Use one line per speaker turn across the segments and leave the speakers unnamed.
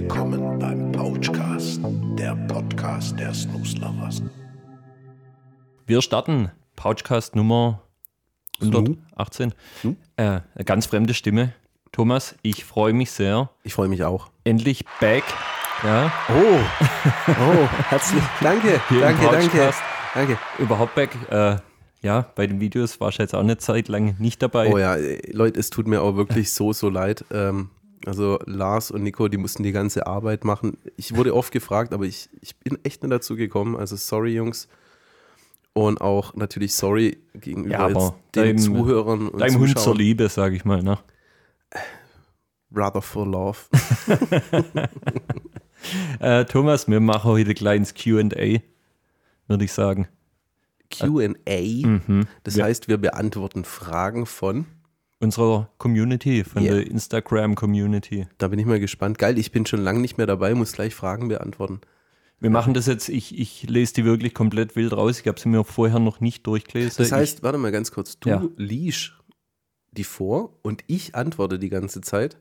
Willkommen beim Pouchcast, der Podcast der Snooze Lovers.
Wir starten Pouchcast Nummer 118. Äh, eine ganz fremde Stimme. Thomas, ich freue mich sehr.
Ich freue mich auch.
Endlich back. Ja,
Oh, oh herzlich. Danke,
Hier im
danke, danke.
Podcast.
Danke.
überhaupt back. Äh, ja, bei den Videos war ich jetzt auch eine Zeit lang nicht dabei.
Oh ja, äh, Leute, es tut mir auch wirklich so, so leid. Ähm, also Lars und Nico, die mussten die ganze Arbeit machen. Ich wurde oft gefragt, aber ich, ich bin echt nicht dazu gekommen. Also sorry, Jungs. Und auch natürlich sorry gegenüber
Ja, aber
jetzt den
deinem-
Zuhörern und
Deinem Hund zur
Zuschauern.
Liebe, sage ich mal. Ne?
Rather for love.
Äh, Thomas, wir machen heute ein kleines Q&A, würde ich sagen.
Q&A.
Mhm.
Das heißt, wir beantworten Fragen von
Unserer Community, von
Ja.
der Instagram-Community.
Da bin ich mal gespannt. Geil, ich bin schon lange nicht mehr dabei, muss gleich Fragen beantworten.
Wir machen das jetzt, ich, ich lese die wirklich komplett wild raus. Ich habe sie mir vorher noch nicht durchgelesen.
Das heißt, warte mal ganz kurz, du
Äh, Ja.
liest die vor und ich antworte die ganze Zeit.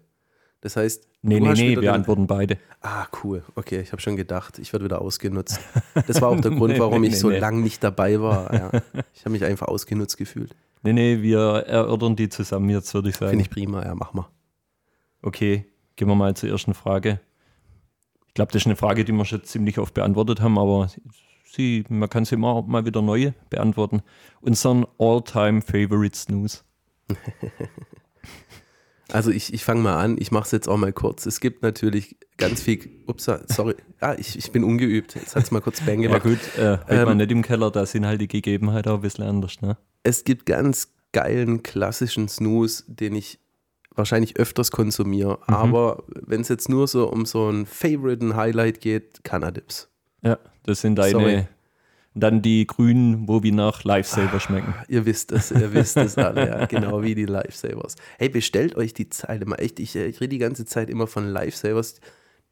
Das heißt,
ich, nee,
du
nee,
hast
nee,
wieder
wir
den-
antworten beide.
Ah, cool. Okay, ich habe schon gedacht, ich werde wieder ausgenutzt. Das war auch der Grund,
Nee,
warum
nee,
ich
nee,
so
nee.
lange nicht dabei war. Ja. Ich habe mich einfach ausgenutzt gefühlt.
Nee, nee, wir erörtern die zusammen jetzt, würde ich sagen.
Finde ich prima, ja, mach mal.
Okay, gehen wir mal zur ersten Frage. Ich glaube, das ist eine Frage, die wir schon ziemlich oft beantwortet haben, aber sie, man kann sie immer auch mal wieder neu beantworten. Unseren All-Time-Favorite Snooze.
Also ich, ich fange mal an, ich mache es jetzt auch mal kurz. Es gibt natürlich ganz viel, ups, sorry, ah, ich, ich bin ungeübt. Jetzt hat es mal kurz Bang
Ja
gemacht.
gut, äh, heute
Ähm,
mal nicht im Keller, da sind halt die Gegebenheiten auch ein bisschen anders. Ne?
es gibt ganz geilen klassischen Snooze, den ich wahrscheinlich öfters konsumiere.
Mhm.
Aber wenn es jetzt nur so um so ein Favorite, ein Highlight geht, Cannabis.
Ja, das sind deine,
Sorry.
dann die grünen, wo wie nach
Ah.
Lifesaver schmecken.
Ihr wisst es, ihr wisst es alle, ja. genau wie die Lifesavers. Hey, bestellt euch die Zeile mal echt. Ich, äh, ich rede die ganze Zeit immer von Lifesavers.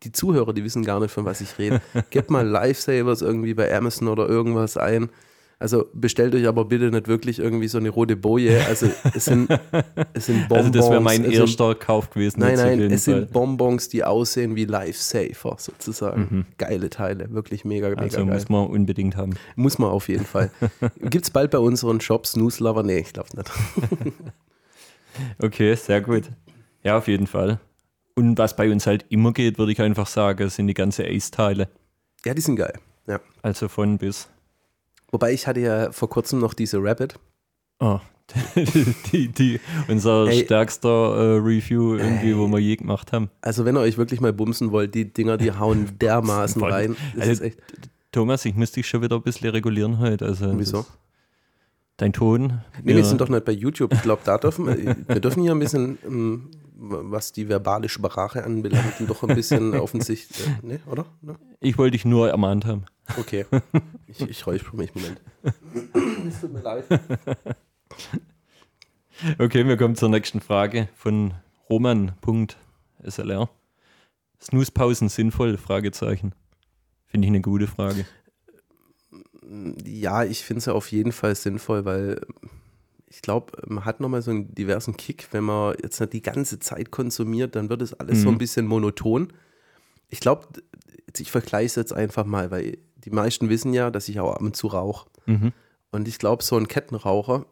Die Zuhörer, die wissen gar nicht, von was ich rede. Gebt mal Lifesavers irgendwie bei Amazon oder irgendwas ein. Also bestellt euch aber bitte nicht wirklich irgendwie so eine rote Boje. Also es sind, es sind Bonbons.
Also das wäre mein
es sind
erster Kauf gewesen.
Nein,
jetzt auf
nein,
jeden
es
Fall.
sind Bonbons, die aussehen wie Lifesaver sozusagen. Geile Teile, wirklich mega, mega
Mhm. Also
geil.
muss man unbedingt haben.
Muss man auf jeden Fall. Gibt es bald bei unseren Shops Snooze Lover? Nee, ich glaube nicht.
Okay, sehr gut. Ja, auf jeden Fall. Und was bei uns halt immer geht, würde ich einfach sagen, sind die ganzen Ace-Teile.
Ja, die sind geil. Ja.
Also von bis.
Wobei ich hatte ja vor kurzem noch diese Rabbit.
Oh, die, die, unser
Ey.
stärkster äh, Review, irgendwie, wo wir je gemacht haben.
Also wenn ihr euch wirklich mal bumsen wollt, die Dinger, die hauen dermaßen
Voll.
rein. Das ist
Also,
echt,
Thomas, ich müsste dich schon wieder ein bisschen regulieren heute. Also das-
wieso?
Dein Ton.
Nee, wir
wir-
sind doch nicht bei YouTube. Ich glaube, da dürfen wir, wir dürfen hier ein bisschen, ähm, was die verbale Sprache anbelangt, doch ein bisschen offensichtlich, äh, ne, oder? Ne?
ich wollte dich nur ermahnt haben.
Okay. Ich, ich räuspere mich. Moment. Es tut mir leid.
Okay, wir kommen zur nächsten Frage von roman.slr. Snooze-Pausen sinnvoll? Fragezeichen. Finde ich eine gute Frage.
Ja, ich finde es ja auf jeden Fall sinnvoll, weil ähm, ich glaube, man hat nochmal so einen diversen Kick. Wenn man jetzt nicht die ganze Zeit konsumiert, dann wird es alles
Mhm.
so ein bisschen monoton. Ich glaube, ich vergleiche es jetzt einfach mal, weil die meisten wissen ja, dass ich auch ab und zu rauche.
Mhm.
Und ich glaube, so ein Kettenraucher,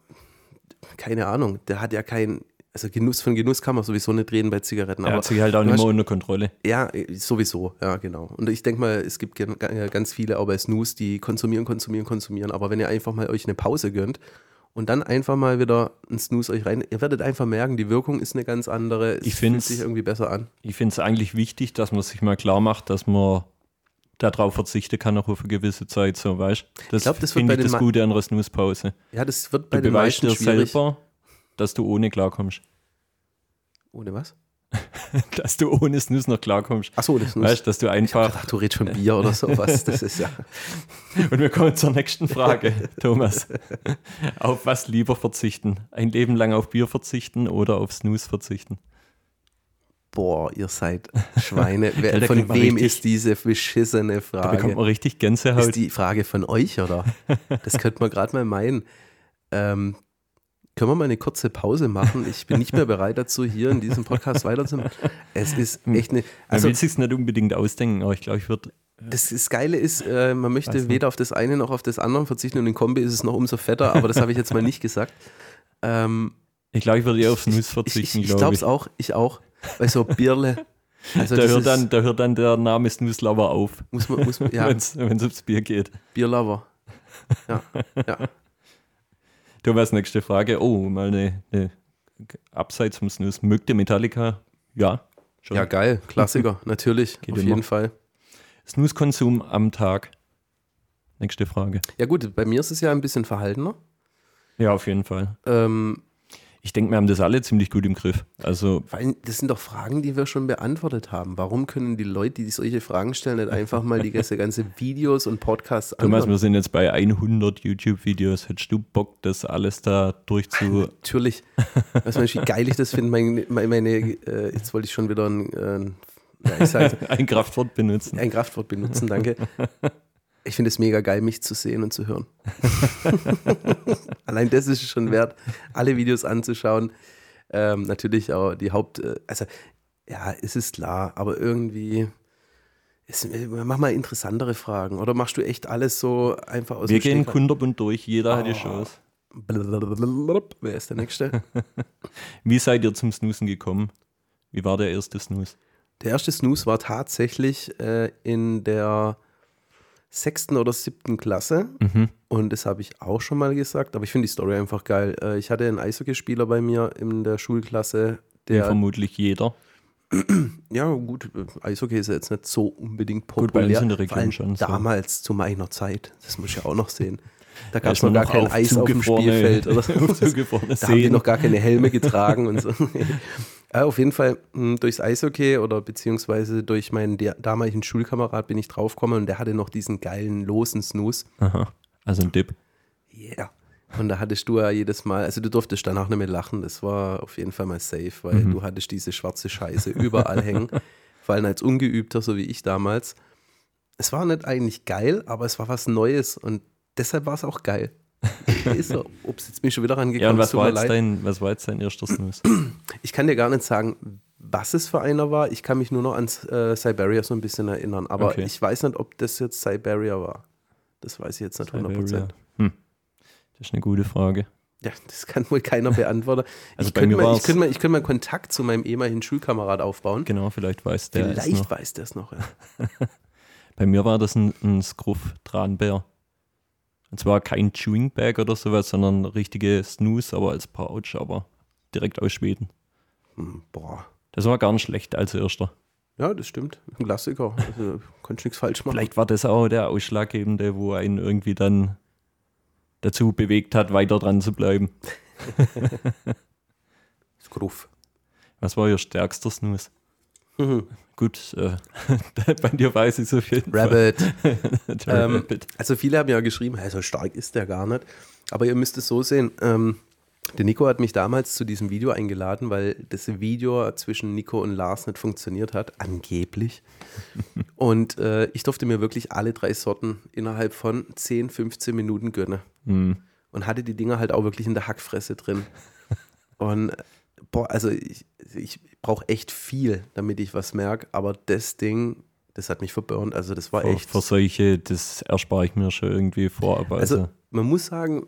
keine Ahnung, der hat ja keinen, also Genuss von Genuss kann man sowieso nicht reden bei Zigaretten.
Er
aber
hat sich halt auch
du
nicht
hast-
mehr unter Kontrolle.
Ja, äh, sowieso, ja, genau. Und ich denke mal, es gibt gen- ga- ganz viele auch bei Snooze, die konsumieren, konsumieren, konsumieren. Aber wenn ihr einfach mal euch eine Pause gönnt und dann einfach mal wieder einen Snooze euch rein, ihr werdet einfach merken, die Wirkung ist eine ganz andere. Es
Ich
fühlt
find's-
sich irgendwie besser an.
Ich finde es eigentlich wichtig, dass man sich mal klar macht, dass man darauf verzichten kann, auch auf eine gewisse Zeit, so weißt Das,
Ich glaub, das wird
finde
bei
ich
den
das
Ma-
Gute an einer Snooze-Pause.
Ja, das wird bei
Du
den
beweist
meisten
dir
schwierig.
selber, dass du ohne klarkommst.
Ohne was?
Dass du ohne Snooze noch klarkommst.
Achso, das ist
Weißt dass du einfach
Ach, du redest schon Bier oder sowas. Das ist ja.
Und wir kommen zur nächsten Frage, Thomas. Auf was lieber verzichten? Ein Leben lang auf Bier verzichten oder auf Snooze verzichten?
Boah, ihr seid Schweine. Wer,
Alter,
von
kriegt man
wem
richtig-
ist diese beschissene Frage?
Da bekommt man richtig
Ist
Gänsehaut.
die Frage von euch, oder? Das könnte man gerade mal meinen. Ähm, Können wir mal eine kurze Pause machen? Ich bin nicht mehr bereit dazu, hier in diesem Podcast weiterzumachen. Es ist echt eine.
Hm. Man
Also,
will sich's nicht unbedingt ausdenken, aber ich glaube, ich würde.
das, das Geile ist, äh, man möchte
Weiß nicht.
weder auf das eine noch auf das andere verzichten und in Kombi ist es noch umso fetter, aber das habe ich jetzt mal nicht gesagt. Ähm,
Ich glaube, ich würde eher aufs
ich-
Nuss
ich,
verzichten,
ich, ich
glaube
glaube
ich.
es auch, ich auch. Weil so Birle. Also
da,
das
hört
ist-
dann, da hört dann der Name Snooslauber auf,
Muss man, muss man,
ja.
ja,
wenn es ums Bier geht.
Bierlover. Ja, ja.
Thomas, nächste Frage. Oh, mal eine, eine abseits vom Snooze. Mögt ihr Metallica? Ja, schon.
ja, geil. Klassiker, natürlich.
Geht
auf
immer.
jeden Fall.
Snooze-Konsum am Tag. Nächste Frage.
Ja, gut, bei mir ist es ja ein bisschen verhaltener.
Ja, auf jeden Fall.
Ähm,
Ich denke, wir haben das alle ziemlich gut im Griff. Also,
weil das sind doch Fragen, die wir schon beantwortet haben. Warum können die Leute, die solche Fragen stellen, nicht einfach mal die ganze, ganze Videos und Podcasts
Thomas,
anhören?
wir sind jetzt bei 100 YouTube-Videos. Hättest du Bock, das alles da durchzu.
Natürlich. Weißt du, Mensch, wie geil ich das finde? Meine, meine, meine äh, jetzt wollte ich schon wieder ein, äh, ja, ich sag's,
ein Kraftwort benutzen?
ein Kraftwort benutzen, danke. Ich finde es mega geil, mich zu sehen und zu hören. Allein das ist es schon wert, alle Videos anzuschauen. Ähm, natürlich auch die Haupt, äh, also ja, es ist klar, aber irgendwie ist, mach mal interessantere Fragen oder machst du echt alles so einfach aus
Wir
dem
gehen
Stegreif?
kunderbunt durch. Jeder
Ah.
hat die Chance.
Blablabla. Wer ist der nächste?
Wie seid ihr zum Snoosen gekommen? Wie war der erste Snooze?
Der erste Snooze war tatsächlich äh, in der sechsten oder siebten Klasse. Und das habe ich auch schon mal gesagt, aber ich finde die Story einfach geil. Äh, Ich hatte einen Eishockeyspieler bei mir in der Schulklasse,
Wie
der.
vermutlich jeder.
Ja, gut, äh, Eishockey ist ja jetzt nicht so unbedingt populär.
Gut, bei uns in der
Vor
Region
allem
schon so.
damals zu meiner Zeit. Das muss ich ja auch noch sehen. Da gab es
ist
noch
man
gar
noch
kein
auf
Eis auf dem
zugefrorene-
Spielfeld. Oder so.
auf zugefrorene
da haben die
Seen.
noch gar keine Helme getragen und so. Ja, auf jeden Fall mh, durchs Eishockey oder beziehungsweise durch meinen der- damaligen Schulkamerad bin ich draufgekommen und der hatte noch diesen geilen losen Snooze.
Aha. Also ein Dip.
Yeah. Und da hattest du ja jedes Mal, also du durftest danach nicht mehr lachen, das war auf jeden Fall mal safe, weil
Mhm.
du hattest diese schwarze Scheiße überall hängen, vor allem als Ungeübter, so wie ich damals. Es war nicht eigentlich geil, aber es war was Neues und deshalb war es auch geil. Ist so, ups, jetzt bin ich schon wieder rangekommen,
Ja, und was
tut mir
war, jetzt
leid.
dein, was war jetzt dein erster Snooze?
Ich kann dir gar nicht sagen, was es für einer war, ich kann mich nur noch an äh, Siberia so ein bisschen erinnern, aber
Okay.
ich weiß nicht, ob das jetzt Siberia war. Das weiß ich jetzt nicht 100%.
Hm. Das ist eine gute Frage.
Ja, das kann wohl keiner beantworten.
Also
ich,
bei
könnte
mir
mal, ich,
war's-
könnte mal, ich könnte mal Kontakt zu meinem ehemaligen Schulkamerad aufbauen.
Genau, vielleicht weiß der. es
Vielleicht
noch.
weiß der es noch. Ja.
Bei mir war das ein, ein Scruff Tranbär. Und zwar kein Chewing Bag oder sowas, sondern richtige Snooze, aber als Pouch, aber direkt aus Schweden.
Hm, Boah.
Das war gar nicht schlecht als erster.
Ja, das stimmt. Ein Klassiker. Also, konnte ich nichts falsch machen.
Vielleicht war das auch der Ausschlaggebende, wo einen irgendwie dann dazu bewegt hat, weiter dran zu bleiben.
Scruff.
Was war Ihr stärkster Snooze?
Mhm.
Gut, äh, bei dir weiß ich so viel.
Rabbit.
Der
ähm,
Rabbit.
also viele haben ja geschrieben, "Hä, so stark ist der gar nicht. Aber ihr müsst es so sehen. Ähm, der Nico hat mich damals zu diesem Video eingeladen, weil das Video zwischen Nico und Lars nicht funktioniert hat, angeblich. und äh, ich durfte mir wirklich alle drei Sorten innerhalb von 10, 15 Minuten gönnen.
Hm.
und hatte die Dinger halt auch wirklich in der Hackfresse drin. Und boah, also ich, ich brauche echt viel, damit ich was merke, aber das Ding, das hat mich verburnt. Also das war
Vor-
echt.
Vor solche, das erspare ich mir schon irgendwie vorab. Also,
Also man muss sagen,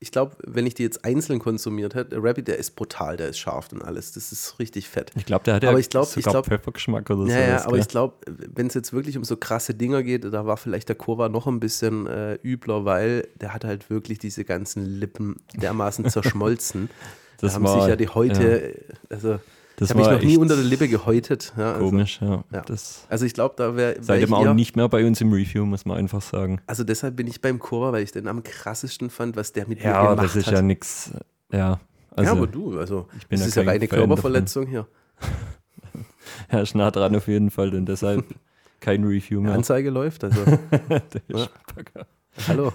ich glaube, wenn ich die jetzt einzeln konsumiert hätte, der Rabbit, der ist brutal, der ist scharf und alles. Das ist richtig fett.
ich glaube, der hat
aber
ja
ich glaub- ich
sogar
glaub-
Pfeffergeschmack oder
Ja, ja,
sowas.
aber ich
gell?
glaube, wenn es jetzt wirklich um so krasse Dinger geht, da war vielleicht der Kurva noch ein bisschen äh, übler, weil der hat halt wirklich diese ganzen Lippen dermaßen zerschmolzen.
Das
da haben
war-
sich ja die Häute, also
Das
ich habe mich
war
noch nie
echt
unter der Lippe gehäutet. Ja, also,
Komisch, ja.
Ja.
Das
also ich glaube, da wäre
seid
wär
ihr auch
ihr-
nicht mehr bei uns im Review, muss man einfach sagen.
Also deshalb bin ich beim Kurva, weil ich den am krassesten fand, was der mit mir
Ja,
gemacht
das ist
hat.
ja nix. halt Ja, also
ja, aber du, also
bin
das
ja
ist ja
kein Fan
reine
davon.
Körperverletzung hier.
er ist nah dran auf jeden Fall und deshalb kein Review mehr.
Anzeige läuft, also
Der Spacker.
hallo.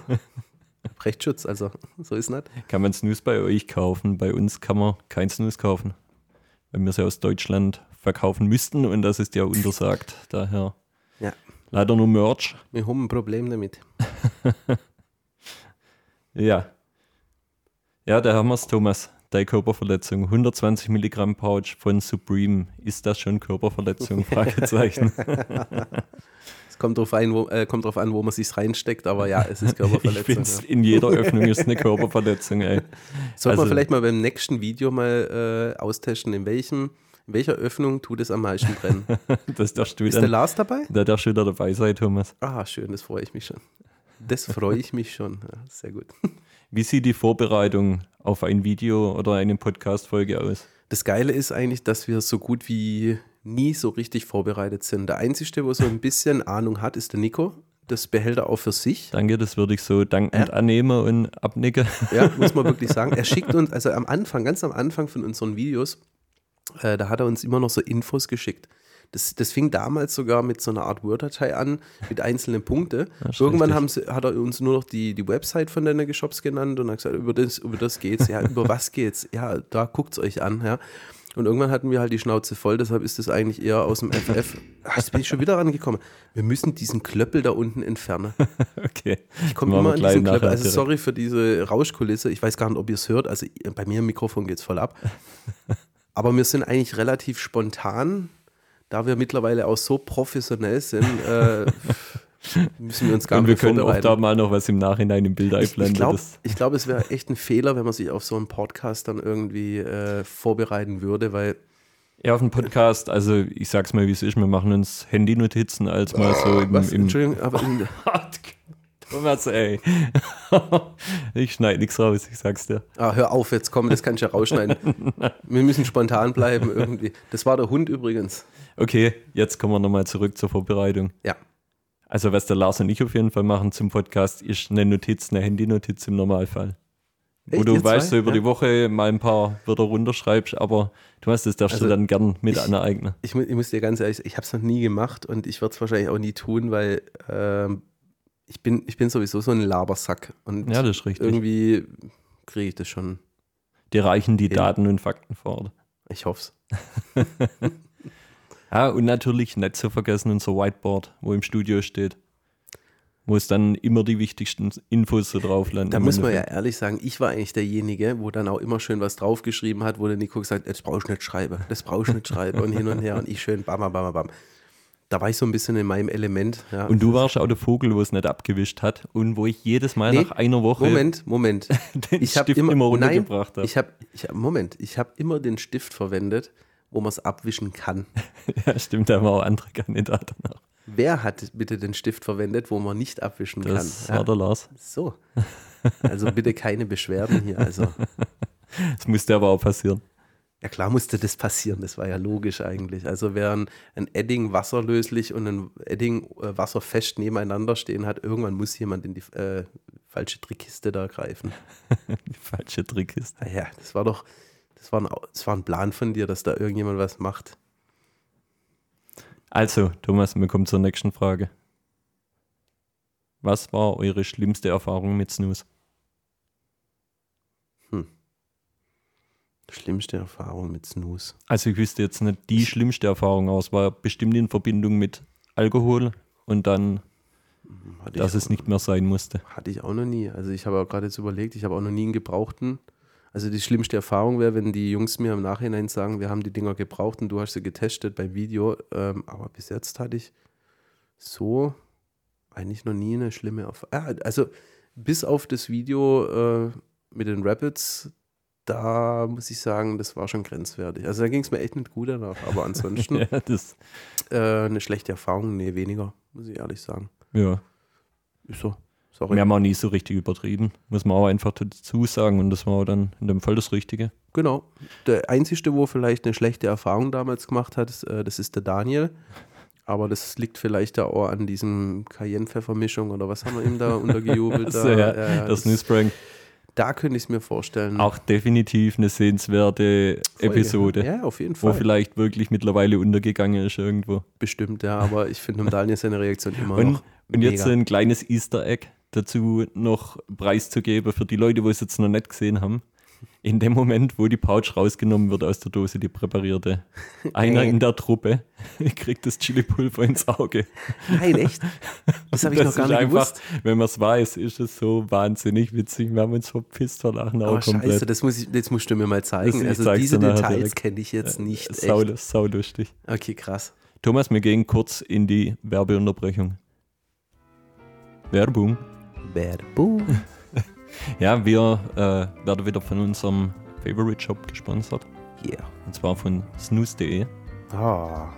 Rechtsschutz, also so ist nicht.
Kann man Snooze bei euch kaufen? Bei uns kann man kein Snooze kaufen. Weil wir sie aus Deutschland verkaufen müssten und das ist ja untersagt. Daher
Ja,
leider nur Merch.
wir haben ein Problem damit.
Ja. Ja, da haben wir es, Thomas. Deine Körperverletzung. 120 Milligramm Pouch von Supreme. Ist das schon Körperverletzung? Fragezeichen.
Es kommt drauf, ein, wo, äh, kommt drauf an, wo man sich reinsteckt, aber ja, es ist
ich
Körperverletzung.
find's,
Ja.
in jeder Öffnung ist eine Körperverletzung, ey.
Sollte man
also-
vielleicht mal beim nächsten Video mal äh, austesten, in welchem, in welcher Öffnung tut es am meisten brennen.
Das darfst du
Ist der
dann,
Lars dabei?
da darfst du wieder dabei sein, Thomas.
Ah, schön, das freue ich mich schon. Das freue ich mich schon. Ja, sehr gut.
Wie sieht die Vorbereitung auf ein Video oder eine Podcast-Folge aus?
Das Geile ist eigentlich, dass wir so gut wie nie so richtig vorbereitet sind. Der Einzige, wo so ein bisschen Ahnung hat, ist der Nico. Das behält er auch für sich.
Danke, das würde ich so dankend annehmen und abnicken.
Ja, muss man wirklich sagen. Er schickt uns, also am Anfang, ganz am Anfang von unseren Videos, äh, da hat er uns immer noch so Infos geschickt. Das, das fing damals sogar mit so einer Art Word-Datei an, mit einzelnen Punkte.
ist
Irgendwann
richtig.
haben sie, hat er uns nur noch die, die Website von deiner Shops genannt und hat gesagt, über das, über das geht's, ja, über was geht's, ja, da guckt's euch an, ja. Und irgendwann hatten wir halt die Schnauze voll, deshalb ist das eigentlich eher aus dem FF. Ah, Jetzt bin ich schon wieder rangekommen. Wir müssen diesen Klöppel da unten entfernen.
Okay.
Ich komme
Machen wir
immer an
gleich
diesen Klöppel.
nachher
Also
direkt.
sorry für diese Rauschkulisse. Ich weiß gar nicht, ob ihr es hört. Also bei mir im Mikrofon geht es voll ab. Aber wir sind eigentlich relativ spontan. Da wir mittlerweile auch so professionell sind, äh, müssen wir uns gar
Und wir
nicht
können auch da
vorbereiten.
mal noch was im Nachhinein im Bild
Ich, ich
einblenden.
glaube,
Das-
ich glaub, es wäre echt ein Fehler, wenn man sich auf so einen Podcast dann irgendwie äh, vorbereiten würde, weil
Ja, auf dem Podcast, also ich sag's mal, wie es ist, wir machen uns Handynotizen als mal so im,
Ah, was,
im
Entschuldigung, aber in,
Thomas, ey. ich schneide nichts raus, ich sag's dir.
Ah, hör auf, jetzt komm, das kann ich ja rausschneiden. wir müssen spontan bleiben irgendwie. Das war der Hund übrigens.
Okay, jetzt kommen wir nochmal zurück zur Vorbereitung.
Ja.
Also, was der Lars und ich auf jeden Fall machen zum Podcast, ist eine Notiz, eine Handynotiz im Normalfall. Wo
Echt,
du
ihr
weißt,
zwei?
so über
Ja.
die Woche mal ein paar Wörter runterschreibst, aber du hast das darfst du
Also,
dann gern mit
ich-
aneignen.
ich, mu- ich muss dir ganz ehrlich sagen, ich habe es noch nie gemacht und ich werde es wahrscheinlich auch nie tun, weil ähm, ich, bin, ich bin sowieso so ein Labersack. Und
Ja, das ist richtig.
irgendwie kriege ich das schon.
Dir reichen die
Eben.
Daten und Fakten vor.
Ich hoffe es.
Ja, und natürlich nicht zu vergessen unser Whiteboard, wo im Studio steht. Wo es dann immer die wichtigsten Infos so drauf landen.
Da
im
muss man ja
Endeffekt.
ehrlich sagen, ich war eigentlich derjenige, wo dann auch immer schön was draufgeschrieben hat, wo der Nico gesagt hat, das brauchst du nicht schreiben, das brauchst du nicht schreiben und hin und her und ich schön bam, bam, bam, bam. Da war ich so ein bisschen in meinem Element. Ja.
Und du warst auch der Vogel, wo es nicht abgewischt hat und wo ich jedes Mal
Nee,
Äh, nach einer Woche
Moment, Moment.
den
ich habe
Stift
immer, Oh
immer,
nein,
runtergebracht habe.
ich habe, ich hab, Moment, ich habe immer den Stift verwendet, wo man es abwischen kann.
Ja, stimmt, da haben auch andere Kandidaten. noch.
Wer hat bitte den Stift verwendet, wo man nicht abwischen
Das
kann?
war der Lars.
So. Also bitte keine Beschwerden hier. Also,
Das musste aber auch passieren.
ja klar musste das passieren, das war ja logisch eigentlich. Also wer ein, ein Edding wasserlöslich und ein Edding äh, wasserfest nebeneinander stehen hat, irgendwann muss jemand in die äh, falsche Trickkiste da greifen.
Die falsche Trick ist.
Ah ja, das war doch, das war, ein, Au- das war ein Plan von dir, dass da irgendjemand was macht.
Also, Thomas, wir kommen zur nächsten Frage. Was war eure schlimmste Erfahrung mit Snooze?
Schlimmste Erfahrung mit Snooze.
Also ich wüsste jetzt nicht die schlimmste Erfahrung aus, war bestimmt in Verbindung mit Alkohol und dann,
Hatte
dass
ich,
es nicht mehr sein musste.
Hatte ich auch noch nie. Also ich habe auch gerade jetzt überlegt, ich habe auch noch nie einen gebrauchten. Also die schlimmste Erfahrung wäre, wenn die Jungs mir im Nachhinein sagen, wir haben die Dinger gebraucht und du hast sie getestet beim Video. Ähm, aber bis jetzt hatte ich so eigentlich noch nie eine schlimme Erfahrung. Ah, also bis auf das Video äh, mit den Rapids, da muss ich sagen, das war schon grenzwertig. Also da ging es mir echt nicht gut danach. Aber ansonsten
Ja, das,
äh, eine schlechte Erfahrung, nee, weniger, muss ich ehrlich sagen.
ja.
Ist so. Sorry.
Wir haben auch nie so richtig übertrieben, muss man auch einfach dazu sagen und das war auch dann in dem Fall das Richtige.
Genau. Der Einzige, wo vielleicht eine schlechte Erfahrung damals gemacht hat, ist, äh, das ist der Daniel. Aber das liegt vielleicht da auch an diesem Cayenne-Pfeffermischung oder was haben wir ihm da untergejubelt?
Also,
da,
ja,
Ja, ja,
das
das-
Newsprank.
da könnte ich es mir vorstellen.
Auch definitiv eine sehenswerte
Folge.
Episode,
Ja, auf jeden
wo
Fall.
vielleicht wirklich mittlerweile untergegangen ist irgendwo.
Bestimmt, ja, aber ich finde im Daniel seine Reaktion immer
Und,
noch.
und jetzt
mega.
ein kleines Easter Egg dazu noch preiszugeben für die Leute, wo es jetzt noch nicht gesehen haben. in dem Moment, wo die Pouch rausgenommen wird aus der Dose, die präparierte, einer in der Truppe kriegt das Chili-Pulver ins Auge.
Nein, echt? Das habe ich noch gar
ist
nicht
einfach,
gewusst.
Wenn man es weiß, ist es so wahnsinnig witzig. Wir haben uns verpisst vor Lachen
Oh,
auch
scheiße,
komplett.
das, muss ich, das musst du mir mal zeigen.
Das- ich
also
zeig's
diese
dir nachher
Details
direkt.
kenne ich jetzt nicht.
Sau,
Echt.
sau lustig.
Okay, krass.
Thomas, wir gehen kurz in die Werbeunterbrechung. Werbung.
Werbung.
Ja, wir äh, werden wieder von unserem Favorite Shop gesponsert.
Yeah.
Und zwar von snooze.de.
Ah.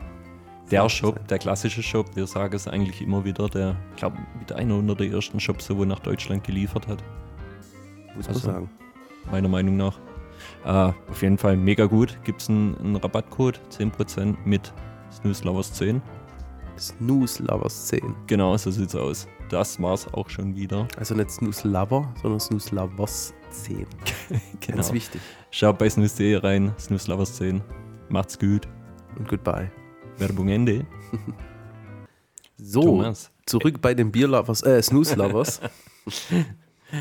Der Shop, der klassische Shop, wir sagen es eigentlich immer wieder, der, ich glaube, mit einer unter der ersten Shops, wo nach Deutschland geliefert hat,
Muss
Also,
man sagen.
meiner Meinung nach. Äh, auf jeden Fall mega gut. Gibt es einen, einen Rabattcode, 10% mit Snooze Lovers 10.
Snooze Lovers 10.
Genau, so sieht's aus. Das war's auch schon wieder.
Also nicht Snooze Lover, sondern Snooze Lovers 10.
Genau.
Ganz wichtig.
Schaut bei snooze.de rein, Snooze Lovers 10. Macht's gut.
Und goodbye.
Werbung Ende.
So,
Thomas.
zurück bei den Beer Lovers, äh, Snooze Lovers.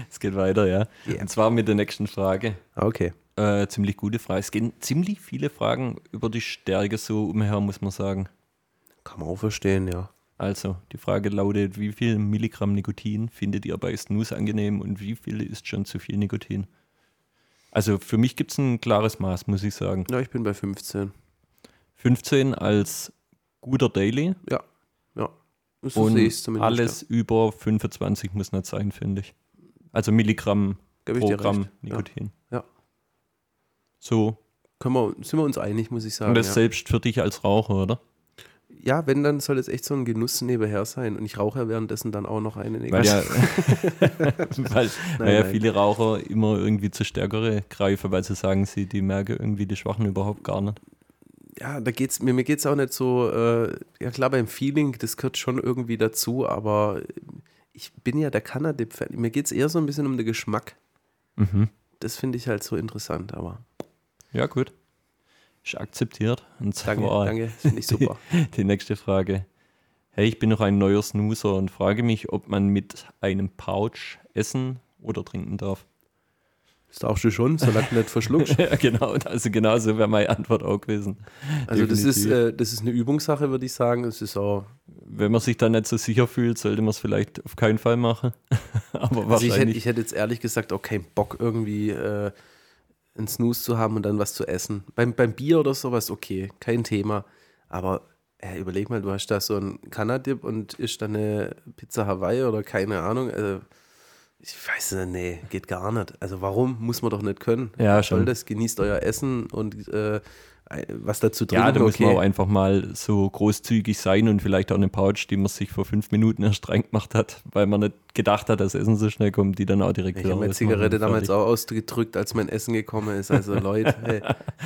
Es geht weiter, ja.
Yeah.
Und zwar mit der nächsten Frage.
Ah, Okay.
Äh, ziemlich gute Frage. Es gehen ziemlich viele Fragen über die Stärke so umher, muss man sagen.
Kann man auch verstehen, ja.
Also, die Frage lautet, wie viel Milligramm Nikotin findet ihr bei Snooze angenehm und wie viel ist schon zu viel Nikotin? Also für mich gibt es ein klares Maß, muss ich sagen.
Ja, ich bin bei 15.
15 als guter Daily
Ja. Ja. So
und
sehe ich's zumindest,
alles über 25 muss nicht sein, finde ich. Also Milligramm
Geb ich
pro
dir
Gramm
recht.
Nikotin.
Ja. Ja.
So,
Können wir, sind wir uns einig, muss ich sagen.
und das
Ja.
selbst für dich als Raucher, oder?
ja, wenn, dann soll es echt so ein Genuss nebenher sein. Und ich rauche ja währenddessen dann auch noch einen.
Weil ja, weil, weil ja
nein.
viele Raucher immer irgendwie zu stärkere greifen, weil sie sagen, sie die merken irgendwie die Schwachen überhaupt gar nicht.
ja, da geht's mir, mir geht's auch nicht so, äh, ja klar, beim Feeling, das gehört schon irgendwie dazu, aber ich bin ja der Kanadip-Fan. Mir geht's eher so ein bisschen um den Geschmack. Mhm. Das finde ich halt so interessant, aber
Ja, gut. Ist akzeptiert. Und zwar
danke, danke, das finde ich super.
Die, die nächste Frage. Hey, ich bin noch ein neuer Snoozer und frage mich, ob man mit einem Pouch essen oder trinken darf.
Das darfst du schon, solange du nicht verschluckst.
ja, genau. Also genau so wäre meine Antwort auch gewesen.
Also das ist,
Definitiv.
äh, das ist eine Übungssache, würde ich sagen. Es ist auch,
Wenn man sich da nicht so sicher fühlt, sollte man es vielleicht auf keinen Fall machen. Aber
also ich hätte,
wahrscheinlich.
ich hätte jetzt ehrlich gesagt auch keinen Bock irgendwie äh, einen Snooze zu haben und dann was zu essen. Beim, beim Bier oder sowas, okay, kein Thema. Aber äh, überleg mal, du hast da so einen Kanadip und isst dann eine Pizza Hawaii oder keine Ahnung. Also, ich weiß nicht, nee, geht gar nicht. Also warum muss man doch nicht können?
Ja,
Soll
schon.
das, genießt euer Essen und äh, was dazu trinken.
Ja, da muss man
okay.
auch einfach mal so großzügig sein und vielleicht auch eine Pouch, die man sich vor fünf Minuten erst reingemacht hat, weil man nicht gedacht hat, dass Essen so schnell kommt, die dann auch direkt
Ich habe meine Zigarette damals auch ausgedrückt, als mein Essen gekommen ist. Also Leute, hey,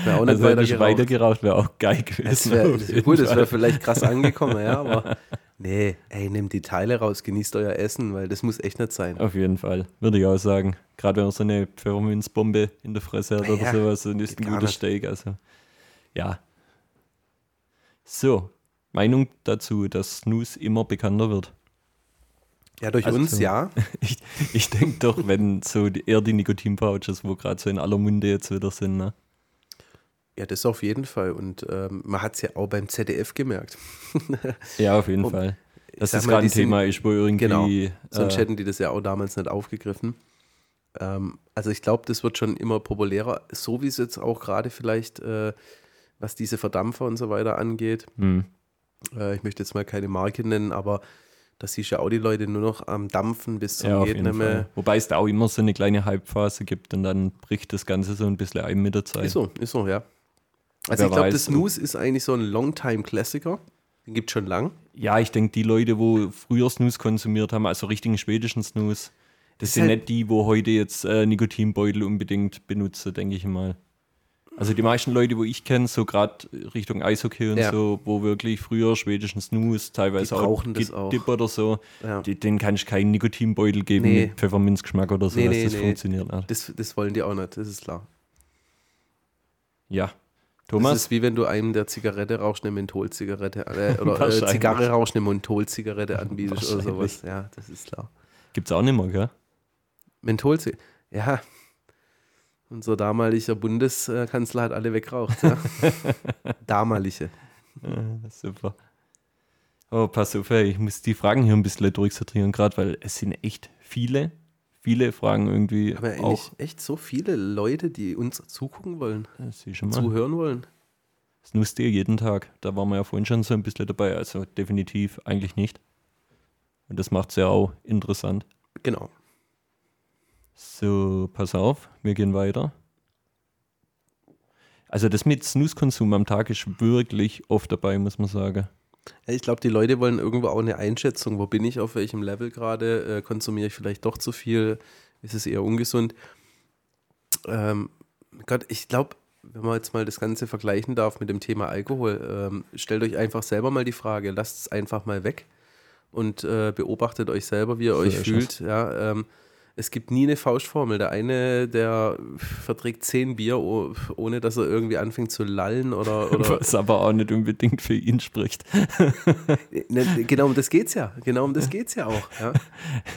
wäre auch nicht
Also
weiter
hätte ich
geraucht.
weitergeraucht, wäre auch geil
Es
gewesen. Genau, auf
wär,
jeden
gut, es wäre
Fall.
vielleicht krass angekommen, ja, aber nee, ey, nehmt die Teile raus, genießt euer Essen, weil das muss echt nicht sein.
auf jeden Fall, würde ich auch sagen. Gerade wenn man so eine Pfefferminzbombe in der Fresse hat
Ja,
oder sowas, dann ist
geht
ein
gar
guter
nicht.
Steak. Also, ja. So, Meinung dazu, dass Snooze immer bekannter wird.
Ja, durch
Also
uns,
zum-
ja.
Ich, ich denke doch, wenn so die, eher die Nikotin-Pouches, wo gerade so in aller Munde jetzt wieder sind, ne?
Ja, das auf jeden Fall. Und ähm, man hat es ja auch beim ZDF gemerkt.
Ja, auf jeden
Und
Fall. Dass
sag
das
mal,
gerade
die
ein Thema ist, wo irgendwie.
Genau. Sonst
Äh,
hätten die das ja auch damals nicht aufgegriffen. Ähm, also ich glaube, das wird schon immer populärer, so wie es jetzt auch gerade vielleicht, äh, was diese Verdampfer und so weiter angeht.
hm,
Äh, ich möchte jetzt mal keine Marke nennen, aber das siehst ja auch die Leute nur noch am Dampfen bis zum
ja, auf
geht
jeden
nicht mehr.
Fall. Wobei es da auch immer so eine kleine Hype-Phase gibt und dann bricht das Ganze so ein bisschen ein mit der Zeit.
Ist so, ist so, ja. Also
Wer
ich glaube,
weiß.
das Snooze ist eigentlich so ein Longtime-Klassiker. Den gibt schon lang.
Ja, ich denke, die Leute, wo früher Snooze konsumiert haben, also richtigen schwedischen Snooze, das sind
halt-
nicht die, wo heute jetzt äh, Nikotinbeutel unbedingt benutzen, denke ich mal. Also die meisten Leute, wo ich kenne, so gerade Richtung Eishockey und
Ja.
so, wo wirklich früher schwedischen Snooze, teilweise
Die brauchen das auch.
Dip oder so,
Ja.
die, denen kann ich keinen Nikotinbeutel geben
Nee.
mit Pfefferminzgeschmack oder so,
Nee,
dass
nee,
das
nee.
funktioniert hat.
Das, das wollen die auch nicht, das ist klar.
Ja.
Das
Thomas,
ist wie wenn du einem der Zigarette rauchst, eine Mentholzigarette äh, oder äh,
Wahrscheinlich.
Zigarre rauchst, eine Mentholzigarette anbietest oder
Wahrscheinlich.
sowas. Ja, das ist klar.
gibt's auch nicht mehr, gell?
Mentholzigarette. Ja. Unser damaliger Bundeskanzler hat alle wegraucht. Ja. Damalige.
Ja, Super. Oh, pass auf, ey, ich muss die Fragen hier ein bisschen durchsortieren, gerade weil es sind echt viele, viele Fragen irgendwie
Aber eigentlich
auch.
echt so viele Leute, die uns zugucken wollen,
Das ist schon mal.
zuhören wollen.
Das nutzt ihr jeden Tag. Da waren wir ja vorhin schon so ein bisschen dabei, also definitiv eigentlich nicht. Und das macht es ja auch interessant.
Genau.
So, pass auf, wir gehen weiter. Also das mit Snooze-Konsum am Tag ist wirklich oft dabei, muss man sagen.
Ja, Ich glaube, die Leute wollen irgendwo auch eine Einschätzung. Wo bin ich, auf welchem Level gerade? Äh, konsumiere ich vielleicht doch zu viel? Ist es eher ungesund? Ähm, Gott, ich glaube, wenn man jetzt mal das Ganze vergleichen darf mit dem Thema Alkohol, ähm, stellt euch einfach selber mal die Frage, lasst es einfach mal weg und äh, beobachtet euch selber, wie ihr
So
euch
ist
fühlt. Ja, ähm, es gibt nie eine Faustformel. Der eine, der verträgt zehn Bier, oh- ohne dass er irgendwie anfängt zu lallen oder, oder
Was aber auch nicht unbedingt für ihn spricht.
Ne, Genau um das geht's ja. Genau um das geht's ja auch. Ja.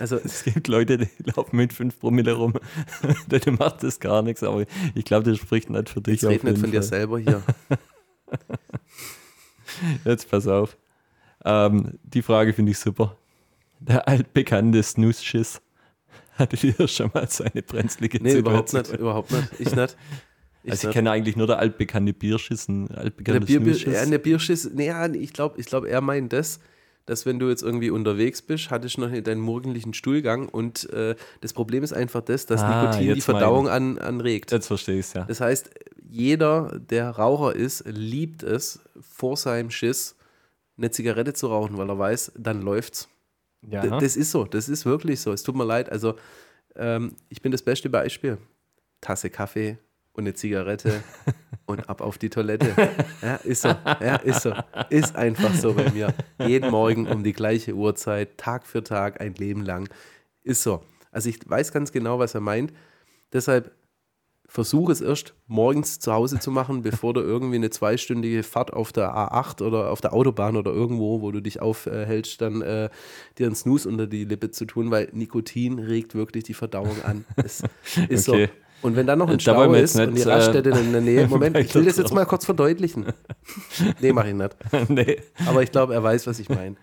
Also
Es gibt Leute, die laufen mit 5 Promille rum. Denen macht das gar nichts, aber ich glaube, das spricht nicht für dich.
ich rede nicht
jeden
von dir
Fall.
selber hier.
Jetzt pass auf. Ähm, die Frage finde ich super. Der altbekannte Snooze-Schiss. Hatte dir schon mal seine brenzlige
Nee, überhaupt nicht,
Situation?
überhaupt nicht. Ich nicht. Ich
also ich
nicht.
kenne eigentlich nur der altbekannte Bierschiss, ein
der
altbekannte
Bier,
Snooze-Schiss.
Bier, eine Bierschiss. Nee, ja, nee, ich glaube, ich glaub, er meint das, dass wenn du jetzt irgendwie unterwegs bist, hattest du noch deinen morgendlichen Stuhlgang und äh, das Problem ist einfach das, dass
Ah,
Nikotin die
jetzt mein-
Verdauung an, anregt.
Jetzt verstehe ich es, ja.
Das heißt, jeder, der Raucher ist, liebt es, vor seinem Schiss eine Zigarette zu rauchen, weil er weiß, dann läuft's.
ja. ne?
D- Das ist so, das ist wirklich so. Es tut mir leid. Also, ähm, ich bin das beste Beispiel. Tasse Kaffee und eine Zigarette und ab auf die Toilette. Ja, ist so. Ja, ist so. Ist einfach so bei mir. Jeden Morgen um die gleiche Uhrzeit, Tag für Tag, ein Leben lang. Ist so. Also, ich weiß ganz genau, was er meint. Deshalb versuch es erst morgens zu Hause zu machen, bevor du irgendwie eine zweistündige Fahrt auf der A8 oder auf der Autobahn oder irgendwo, wo du dich aufhältst, dann äh, dir einen Snooze unter die Lippe zu tun, weil Nikotin regt wirklich die Verdauung an. Es ist
Okay.
so. Und wenn dann noch ein
Da wollen
Stau
wir
ist
jetzt
und die
nicht, äh,
Raststätte in der Nähe, Moment, ich will das jetzt
weiter
mal kurz verdeutlichen. Nee, mach ich nicht.
nee,
Aber ich glaube, er weiß, was ich meine.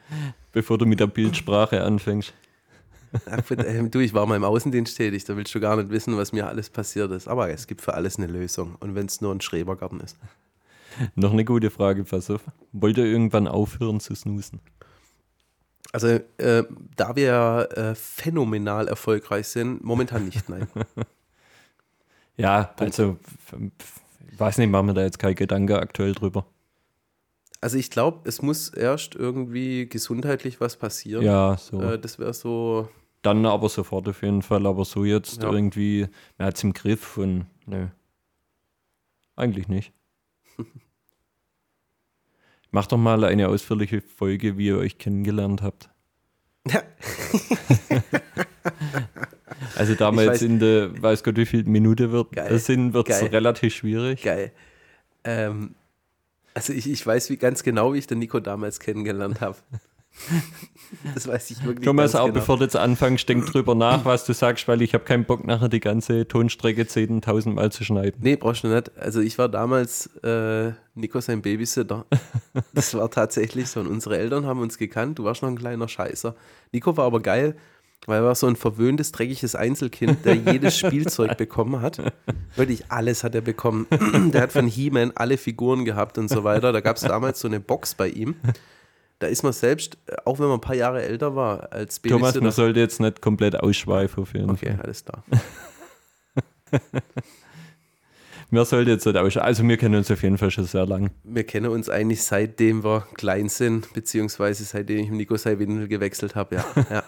bevor du mit der Bildsprache anfängst.
Ach, ähm, Du, ich war mal im Außendienst tätig, da willst du gar nicht wissen, was mir alles passiert ist. Aber es gibt für alles eine Lösung. Und wenn es nur ein Schrebergarten ist.
Noch eine gute Frage, pass auf. Wollt ihr irgendwann aufhören zu snoosen?
Also, äh, da wir ja äh, phänomenal erfolgreich sind, momentan nicht, nein.
Ja, also, f- f- ich weiß nicht, machen wir da jetzt keinen Gedanke aktuell drüber.
Also, ich glaube, es muss erst irgendwie gesundheitlich was passieren.
Ja, so.
Äh, das wäre so,
Dann aber sofort auf jeden Fall, aber so jetzt
Ja.
irgendwie, man hat es im Griff und nö. Eigentlich nicht. Macht doch mal eine ausführliche Folge, wie ihr euch kennengelernt habt.
Ja.
also da wir
Ich
jetzt
weiß-
in der, weiß Gott wie viel Minute wird,
Geil.
sind, wird es
Geil.
relativ schwierig.
geil. Ähm, also, ich, ich weiß wie, ganz genau, wie ich den Nico damals kennengelernt habe. das weiß ich wirklich
Thomas,
ganz
auch
genau.
bevor du jetzt anfängst, denk drüber nach, was du sagst, weil ich habe keinen Bock, nachher die ganze Tonstrecke 10.000 Mal zu schneiden.
Nee, brauchst du nicht. Also ich war damals äh, Nico sein Babysitter. Das war tatsächlich so. Und unsere Eltern haben uns gekannt. Du warst noch ein kleiner Scheißer. Nico war aber geil, weil er war so ein verwöhntes, dreckiges Einzelkind, der jedes Spielzeug bekommen hat. Wirklich alles hat er bekommen. Der hat von He-Man alle Figuren gehabt und so weiter. Da gab es damals so eine Box bei ihm. Da ist man selbst, äh, auch wenn man ein paar Jahre älter war, als
Thomas,
Babysitter.
man sollte jetzt nicht komplett ausschweifen auf jeden
okay,
Fall.
alles klar.
Man sollte jetzt nicht ausschweifen. Also wir kennen uns auf jeden Fall schon sehr lang.
Wir kennen uns eigentlich seitdem wir klein sind, beziehungsweise seitdem ich mit Nico seine Windel gewechselt habe, ja. ja.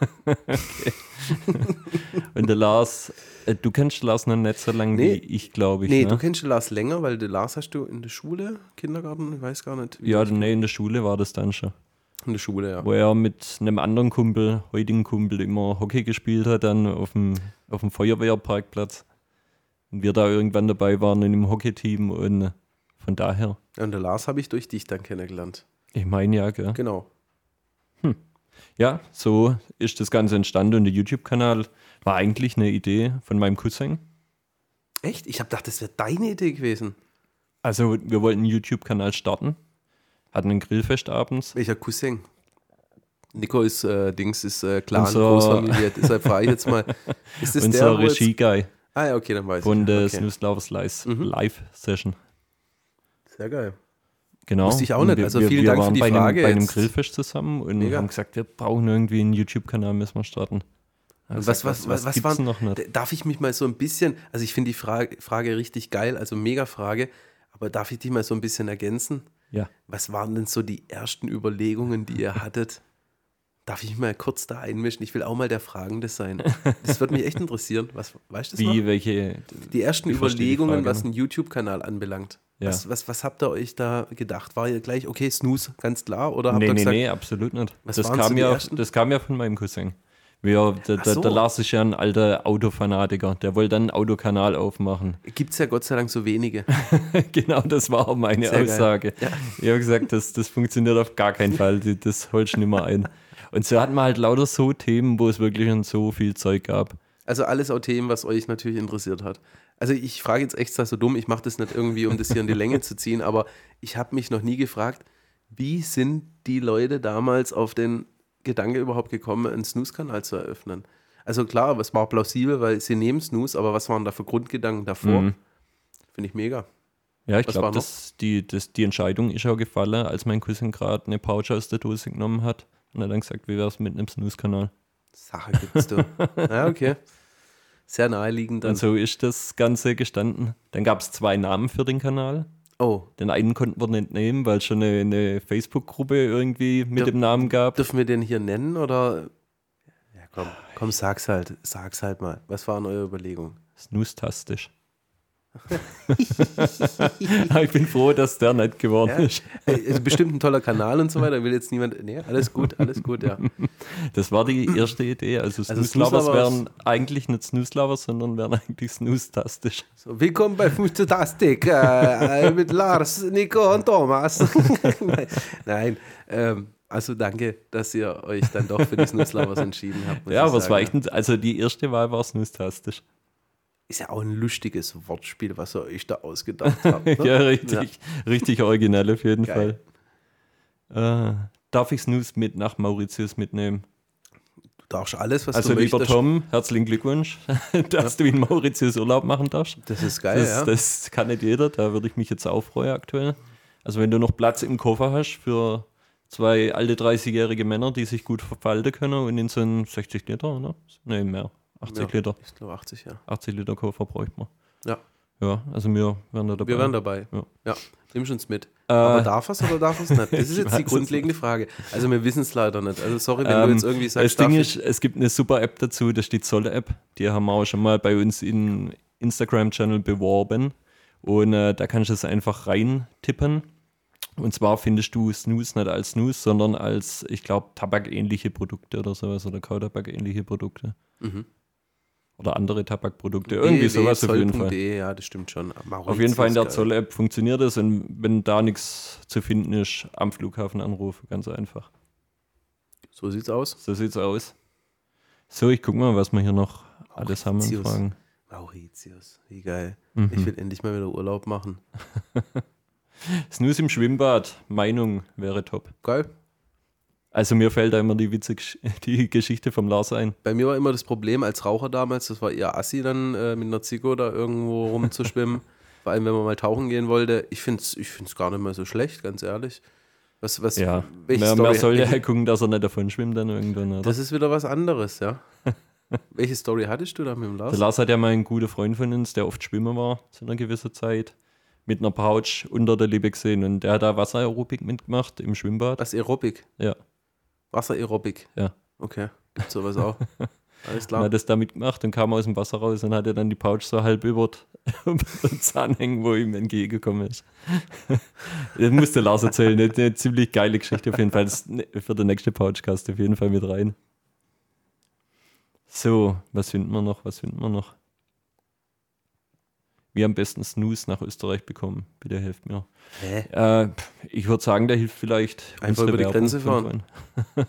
Und der Lars, äh, du kennst Lars noch nicht so lange
Nee.
wie ich, glaube ich.
Nee,
ne?
du kennst den Lars länger, weil den Lars hast du in der Schule, Kindergarten, ich weiß gar nicht. wie-
ja, nee, in der Schule war das dann schon.
In der Schule, ja.
Wo er mit einem anderen Kumpel, heutigen Kumpel, immer Hockey gespielt hat, dann auf dem, auf dem Feuerwehrparkplatz. Und wir da irgendwann dabei waren in dem Hockeyteam und äh, von daher.
Und den Lars habe ich durch dich dann kennengelernt.
Ich meine ja, gell.
Genau.
Ja, so ist das Ganze entstanden und der YouTube-Kanal war eigentlich eine Idee von meinem Cousin.
Echt? Ich habe gedacht, das wäre deine Idee gewesen.
Also, wir wollten einen YouTube-Kanal starten, hatten ein Grillfest abends.
Welcher Cousin? Nico ist äh, Dings, ist äh, Clan,
Unser-
Großfamilie. Deshalb frage ich jetzt mal. Ist das
Unser
der, wo jetzt-
Regie-Guy
Ah ja, okay, dann weiß
von
ich. ja,
der
okay. Mhm.
Snooze Live, Live Session.
Sehr geil.
Genau.
Wusste ich auch
Und
nicht.
Wir,
Also
wir,
vielen
wir
Dank für
waren
die
bei
Frage
Einem, bei einem
jetzt.
Grillfest zusammen und
Mega.
haben gesagt, wir brauchen irgendwie einen YouTube-Kanal, müssen wir starten. Hab
Und
gesagt,
was, was, was, was,
gibt's
waren,
denn noch nicht?
D- Darf ich mich mal so ein bisschen, also ich finde die Frage, Frage richtig geil, also mega Frage, aber darf ich dich mal so ein bisschen ergänzen?
Ja.
Was waren denn so die ersten Überlegungen, die ihr hattet? Darf ich mal kurz da einmischen? Ich will auch mal der Fragende sein. Das würde mich echt interessieren. Was, weißt du das
Wie,
noch?
welche?
Die ersten
ich verstehe die
Überlegungen,
Frage,
was
ne?
einen YouTube-Kanal anbelangt.
Ja.
Was, was, was habt ihr euch da gedacht? War ihr gleich, okay, Snooze, ganz klar? Oder habt
Nee,
ihr
nee,
gesagt,
nee, absolut nicht.
Was
Das
waren so
kam,
die
ja,
ersten?
das kam ja von meinem Cousin. Wir, der, der,
so.
der Lars ist ja ein alter Autofanatiker. Der wollte dann einen Autokanal aufmachen.
gibt es ja Gott sei Dank so wenige.
genau, das war auch meine
Sehr geil.
Aussage. Ich habe gesagt, das, das funktioniert auf gar keinen Fall. Die- Das holst du nicht mehr ein. Und so hatten wir halt lauter so Themen, wo es wirklich schon so viel Zeug gab.
Also alles auch Themen, was euch natürlich interessiert hat. Also ich frage jetzt extra so dumm, ich mache das nicht irgendwie, um das hier in die Länge zu ziehen, aber ich habe mich noch nie gefragt, wie sind die Leute damals auf den Gedanke überhaupt gekommen, einen Snooze-Kanal zu eröffnen? Also klar, es war plausibel, weil sie nehmen Snooze, aber was waren da für Grundgedanken davor?
Mhm.
Finde ich mega.
Ja, ich
Was war
glaube,
noch?
das, die, das, die Entscheidung ist auch gefallen, als mein Cousin gerade eine Pouch aus der Dose genommen hat. Und hat dann gesagt, wie wäre es mit einem Snooze-Kanal?
Sache gibt's du. ja, okay. Sehr naheliegend
Und
dann.
so ist das Ganze gestanden. Dann gab es zwei Namen für den Kanal.
Oh,
Den einen konnten wir nicht nehmen, weil es schon eine, eine Facebook-Gruppe irgendwie mit
Ja.
dem Namen gab.
dürfen wir den hier nennen oder? Ja, komm, komm, sag's halt, sag's halt mal. Was waren eure Überlegungen?
Snooze-tastisch. ich bin froh, dass der nicht geworden
Ja.
ist.
Ey, Äh, Ist bestimmt ein toller Kanal und so weiter. Will jetzt niemand. Nee, alles gut, alles gut, ja.
Das war die erste Idee. Also,
Also
Snooze Lovers
Snooze Lovers-
wären eigentlich nicht Snooze Lovers, sondern wären eigentlich Snooze-tastisch.
So, willkommen bei Fantastik äh, mit Lars, Nico und Thomas. Nein, nein ähm, also danke, dass ihr euch dann doch für die Snutzlovers entschieden habt. muss
Ja,
ich
aber es
sagen.
war echt, ein- also die erste Wahl war Snooze-tastisch.
Ist ja auch ein lustiges Wortspiel, was ihr euch da ausgedacht habt. Ne?
ja, richtig, richtig originell auf jeden
Geil.
Fall. Äh, darf ich Snooze mit nach Mauritius mitnehmen?
Du darfst alles, was
Also,
du
lieber
möchtest.
Tom, herzlichen Glückwunsch, dass du in Mauritius Urlaub machen darfst.
Das ist geil,
Das,
ja.
das kann nicht jeder, da würde ich mich jetzt auch freuen aktuell. Also wenn du noch Platz im Koffer hast für zwei alte 30-jährige Männer, die sich gut verfalten können und in so einen 60 Liter, ne? Ne, mehr. 80
ja.
Liter.
Ich glaube 80, ja.
80 Liter Koffer bräuchte man.
Ja.
Ja, also wir wären da dabei.
Wir waren dabei. Ja.
Ja. Äh.
Nimmst uns mit. Aber darf es oder darf es nicht? Das ist
Ich
jetzt
weiß
die
es
grundlegende Frage. Also wir wissen es leider nicht. Also sorry, wenn du
Ähm,
jetzt irgendwie
das
sagst,
Ding
darf
ist, es gibt eine super App dazu, das ist die Zoll-App. Die haben wir auch schon mal bei uns im Instagram-Channel beworben. Und äh, da kannst du es einfach reintippen. Und zwar findest du Snooze nicht als Snooze, sondern als, ich glaube, tabakähnliche Produkte oder sowas oder Kautabak-ähnliche Produkte.
Mhm.
Oder andere Tabakprodukte.
E
Irgendwie sowas auf jeden Fall.
www.zoll.de, E. Ja, das stimmt schon. Mauritius,
Auf jeden Fall in der
geil.
Zoll-App funktioniert es. Und wenn da nichts zu finden ist, am Flughafen anrufen, ganz einfach.
So sieht's aus.
So sieht's aus. So, ich guck mal, was wir hier noch alles haben an
Mauritius.
Fragen.
Mauritius, wie geil.
Mhm.
Ich will endlich mal wieder Urlaub machen.
Snooze im Schwimmbad, Meinung wäre top.
Geil.
Also mir fällt da immer die witzig die Geschichte vom Lars ein.
Bei mir war immer das Problem als Raucher damals, das war eher assi dann äh, mit einer Zico da irgendwo rumzuschwimmen. Vor allem, wenn man mal tauchen gehen wollte. Ich finde es ich find's gar nicht mal so schlecht, ganz ehrlich. Was, was,
Ja,
welche
mehr,
Story-
mehr soll ja gucken, dass er nicht davon schwimmt dann irgendwann. Oder?
Das ist wieder was anderes, ja. Welche Story hattest du da mit dem
Der
Lars?
Lars hat ja mal einen guten Freund von uns, der oft schwimmen war zu einer gewissen Zeit, mit einer Pouch unter der Lippe gesehen und der hat da Wasseraerobik mitgemacht im Schwimmbad.
Das Aerobic,
Ja,
Wasser-Aerobic.
ja.
Okay, gibt sowas auch. Alles
Und
klar.
hat das da mitgemacht und kam aus dem Wasser raus und hatte dann die Pouch so halb über den Zahn hängen, wo ihm entgegengekommen ist. das musste Lars erzählen. Eine, eine ziemlich geile Geschichte auf jeden Fall. Das ne, für den nächsten Pouchcast auf jeden Fall mit rein. So, was finden wir noch? Was finden wir noch? Wie am besten Snooze nach Österreich bekommen. Bitte helft mir.
Hä?
Äh, ich würde sagen, da hilft vielleicht
Einfach über die
Werbung
Grenze
von
fahren.
vorhin.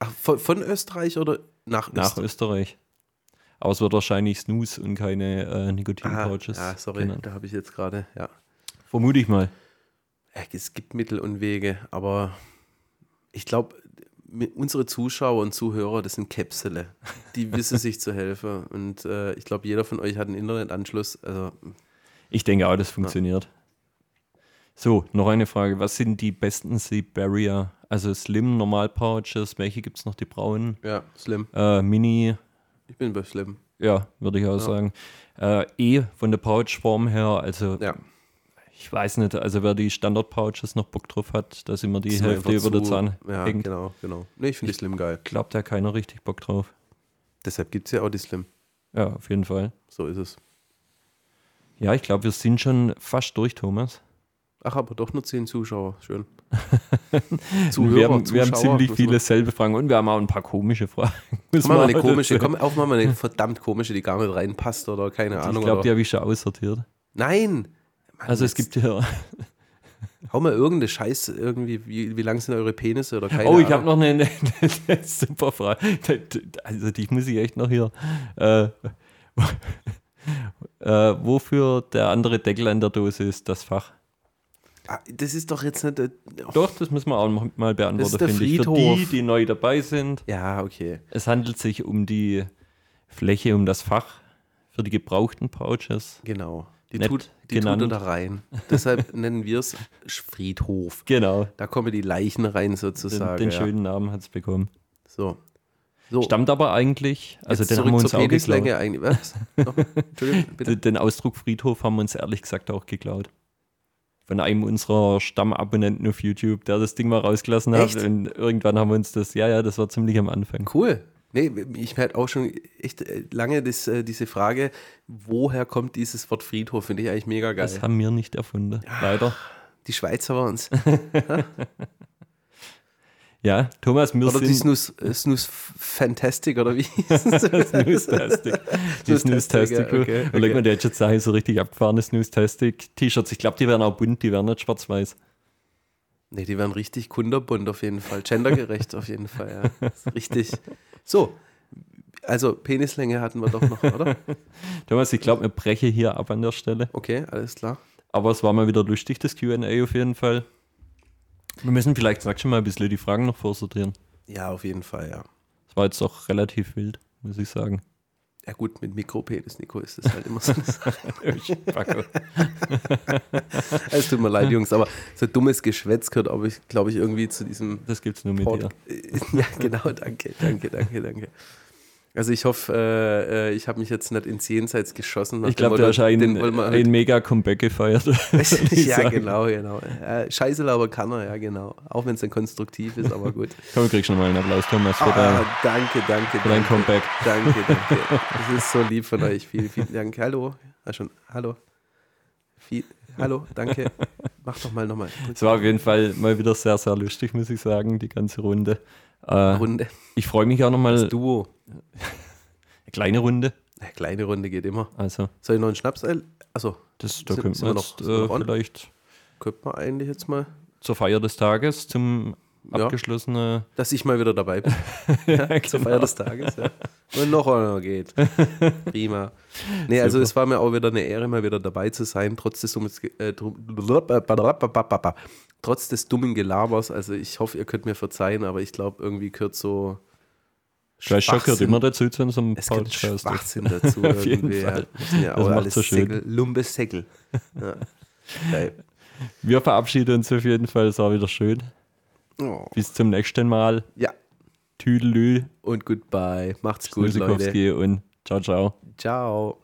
Ach, von, von Österreich oder nach,
Nach
Österreich?
Österreich. Aber es wird wahrscheinlich Snooze und keine äh,
Ah,
Nikotin-Pouches.
ja, sorry,
genannt.
da habe ich jetzt gerade, ja.
Vermute ich mal.
Äh, Es gibt Mittel und Wege, aber ich glaube, unsere Zuschauer und Zuhörer, das sind Käpsele. Die wissen sich zu helfen. Und äh, ich glaube, jeder von euch hat einen Internetanschluss. Also,
Ich denke auch, das funktioniert. So, noch eine Frage. Was sind die besten Sleep Barrier? Also Slim, Normal-Pouches, welche gibt es noch? Die braunen,
ja, schlimm.
äh, Mini,
Ich bin bei schlimm.
ja, würde ich auch sagen. Äh, eh von der Pouch-Form her, also
Ja,
ich weiß nicht, also wer die Standard-Pouches noch Bock drauf hat, dass immer die
Ist mir
Hälfte
einfach
über der
zu-
Zahn
Ja,
hängt.
genau, genau. Nee, ich finde die Slim geil.
Glaubt da keiner richtig Bock drauf.
Deshalb gibt es ja auch die Slim.
Ja, auf jeden Fall.
So ist es.
Ja, ich glaube, wir sind schon fast durch, Thomas.
Ach, aber doch nur zehn Zuschauer. Schön.
wir haben, wir haben
Zuschauer,
ziemlich
muss
viele
man-
selbe Fragen und wir haben auch ein paar komische Fragen. Muss
Mach mal eine
auch
komische,
dazu-
komm auf, mach mal eine verdammt komische, die gar nicht reinpasst oder keine Ahnung.
Ich glaube,
oder-
die habe ich schon aussortiert.
Nein! Mann,
Also es
jetzt
gibt ja.
Hau mal irgendeine Scheiße irgendwie, wie, wie lang sind eure Penisse oder keine
Oh, ich habe
Ahnung.
noch eine, eine, eine super Frage. Also die muss ich echt noch hier. Äh, äh, wofür der andere Deckel an der Dose ist, das Fach.
Ah, Das ist doch jetzt nicht. äh,
Doch, das müssen wir auch noch mal beantworten,
der
finde ich. Für
Friedhof.
die, die neu dabei sind.
Ja, okay.
Es handelt sich um die Fläche, um das Fach für die gebrauchten Pouches.
Genau. Die,
Nett
tut, die tut
genannt.
er da rein. Deshalb nennen wir es Friedhof.
Genau.
Da kommen die Leichen rein
Den,
sozusagen.
den
ja.
schönen Namen hat es bekommen.
So. so.
Stammt aber eigentlich, also
jetzt
den haben wir
zurück
uns
zur
auch geklaut.
Penislänge eigentlich. Was? Noch? Entschuldigung, bitte.
Den- Den Ausdruck Friedhof haben wir uns ehrlich gesagt auch geklaut. Von einem unserer Stammabonnenten auf YouTube, der das Ding mal rausgelassen hat.
Echt?
Und irgendwann haben wir uns das, ja, ja, das war ziemlich am Anfang.
Cool. Nee, ich hatte auch schon echt äh, lange das, äh, diese Frage, woher kommt dieses Wort Friedhof? Finde ich eigentlich mega geil. Ah.
Das haben wir nicht erfunden, leider.
Die Schweizer waren es.
Ja, Thomas, wir
Oder die
sind
Snooze, äh, Snooze Fantastic oder wie hieß es?
Snooze-Tastic. Die Snooze-Tastic.
Snooze-Tastic, ja, okay,
Und leg
okay.
mal, der hat jetzt daheim so richtig abgefahrene Snooze-Tastic-T-Shirts. Ich glaube, die werden auch bunt, die werden nicht schwarz-weiß.
nee, die waren richtig kunderbunt auf jeden Fall. Gendergerecht auf jeden Fall, ja. Ist Richtig. So, also Penislänge hatten wir doch noch, oder?
Thomas, ich glaube, wir brechen hier ab an der Stelle.
Okay, alles klar.
Aber es war mal wieder lustig, das QA auf jeden Fall. Wir müssen vielleicht sagst du mal ein bisschen die Fragen noch vorsortieren.
Ja, auf jeden Fall, ja.
Es war jetzt doch relativ wild, muss ich sagen.
Ja gut, mit Mikropenis, Nico, ist das halt immer so eine Sache. Es tut mir leid, Jungs, aber so dummes Geschwätz gehört, aber ich glaube ich irgendwie zu diesem
das gibt's nur mit dir.
Pod Ja, genau, danke, danke, danke, danke. Also ich hoffe, äh, äh, ich habe mich jetzt nicht ins Jenseits geschossen. nach
Ich
dem
glaube, der
Motto,
hat schon ein,
den wollen wir halt-
ein mega Comeback gefeiert. würde ich
ja,
sagen.
genau, genau. Äh, Scheiße, aber kann er, ja, genau. Auch wenn es dann konstruktiv ist, aber gut.
Komm, du kriegst schon mal einen Applaus, Thomas, für,
Ah,
dein,
danke, danke.
für dein
danke.
Comeback.
Danke, danke. Das ist so lieb von euch. Vielen, vielen Dank. Hallo. Ah, schon. Hallo. Viel, hallo, danke. Mach doch mal nochmal.
Es war auf jeden Fall mal wieder sehr, sehr lustig, muss ich sagen, die ganze Runde. Äh,
Runde.
ich freue mich auch nochmal. Eine
Duo.
kleine Runde.
Eine kleine Runde geht immer.
Also,
Soll ich noch einen Schnaps? ein- Achso,
das, da
Sind-
könnten
sind
wir
wir
jetzt
noch- sind wir
äh,
noch on?
vielleicht
könnte man eigentlich jetzt mal,
zur Feier des Tages, zum
Ja.
abgeschlossenen.
dass ich mal wieder dabei bin.
Ja,
Zur
genau.
Feier des Tages. Ja. Und noch einer geht. Prima. Nee, also
Super.
es war mir auch wieder eine Ehre, mal wieder dabei zu sein, trotz des dummes, Ge- äh, drum- trotz des dummen Gelabers. Also ich hoffe, ihr könnt mir verzeihen, aber ich glaube, irgendwie gehört so
Scheiß Schock gehört
Schwachsinn-
immer dazu zu unserem
es gibt
Podcast.
Schwachsinn dazu
Auf jeden
irgendwie. Ja.
Fall.
Das sind ja
Das
auch
macht's
alles
so schön.
Säckel, Lumbe Säckel. Ja. Geil.
Wir verabschieden uns auf jeden Fall. Es war wieder schön.
Oh.
Bis zum nächsten Mal.
Ja,
Tüdelü,
und goodbye. Macht's gut, Leute.
Musikowski und ciao, ciao.
Ciao.